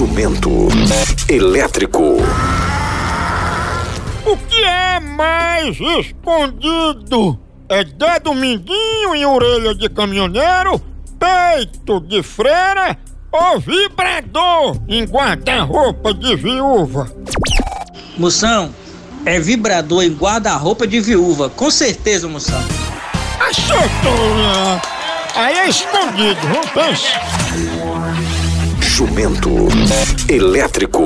Momento elétrico. O que é mais escondido? É dedo mindinho em orelha de caminhoneiro, peito de freira ou vibrador em guarda-roupa de viúva? Moção, é vibrador em guarda-roupa de viúva. Com certeza, moção. Acertou! né? Aí é escondido, não pensa. Jumento elétrico.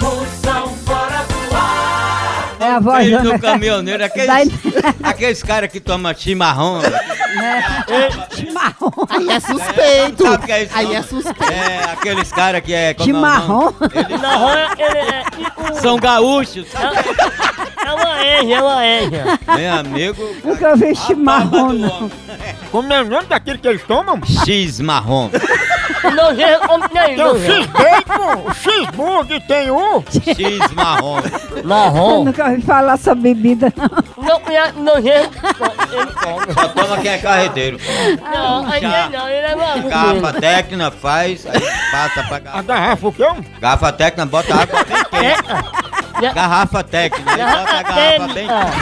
Moção fora do ar. É a voz Filho da... do caminhoneiro, aqueles, Daí- aqueles caras que tomam chimarrão. né? É. Chimarrão. Aí é suspeito. Sabe o que é isso, Aí não? é suspeito. É, aqueles caras que é. como é o nome? Chimarrão. Chimarrão é, ele é tipo. São gaúchos. É uma enja, é uma enja. Meu amigo. Nunca ouvi chimarrão, né? do não. homem. Como é o nome daquele que eles tomam? X-marrom. Não sei como tem Tem o isso. X-Bacon, o X-Bug, tem o... X-marrom. Marrom. Nunca ouvi falar essa bebida, não. Não conhece, não sei. Ele come. Só toma quem é carreteiro. Não, ainda não, ele é maluco. Garrafa técnica, faz, aí passa pra A garrafa. garrafa o quê? Um Garrafa técnica, bota água bem quente. Garrafa técnica, aí bota a garrafa bem Garrafa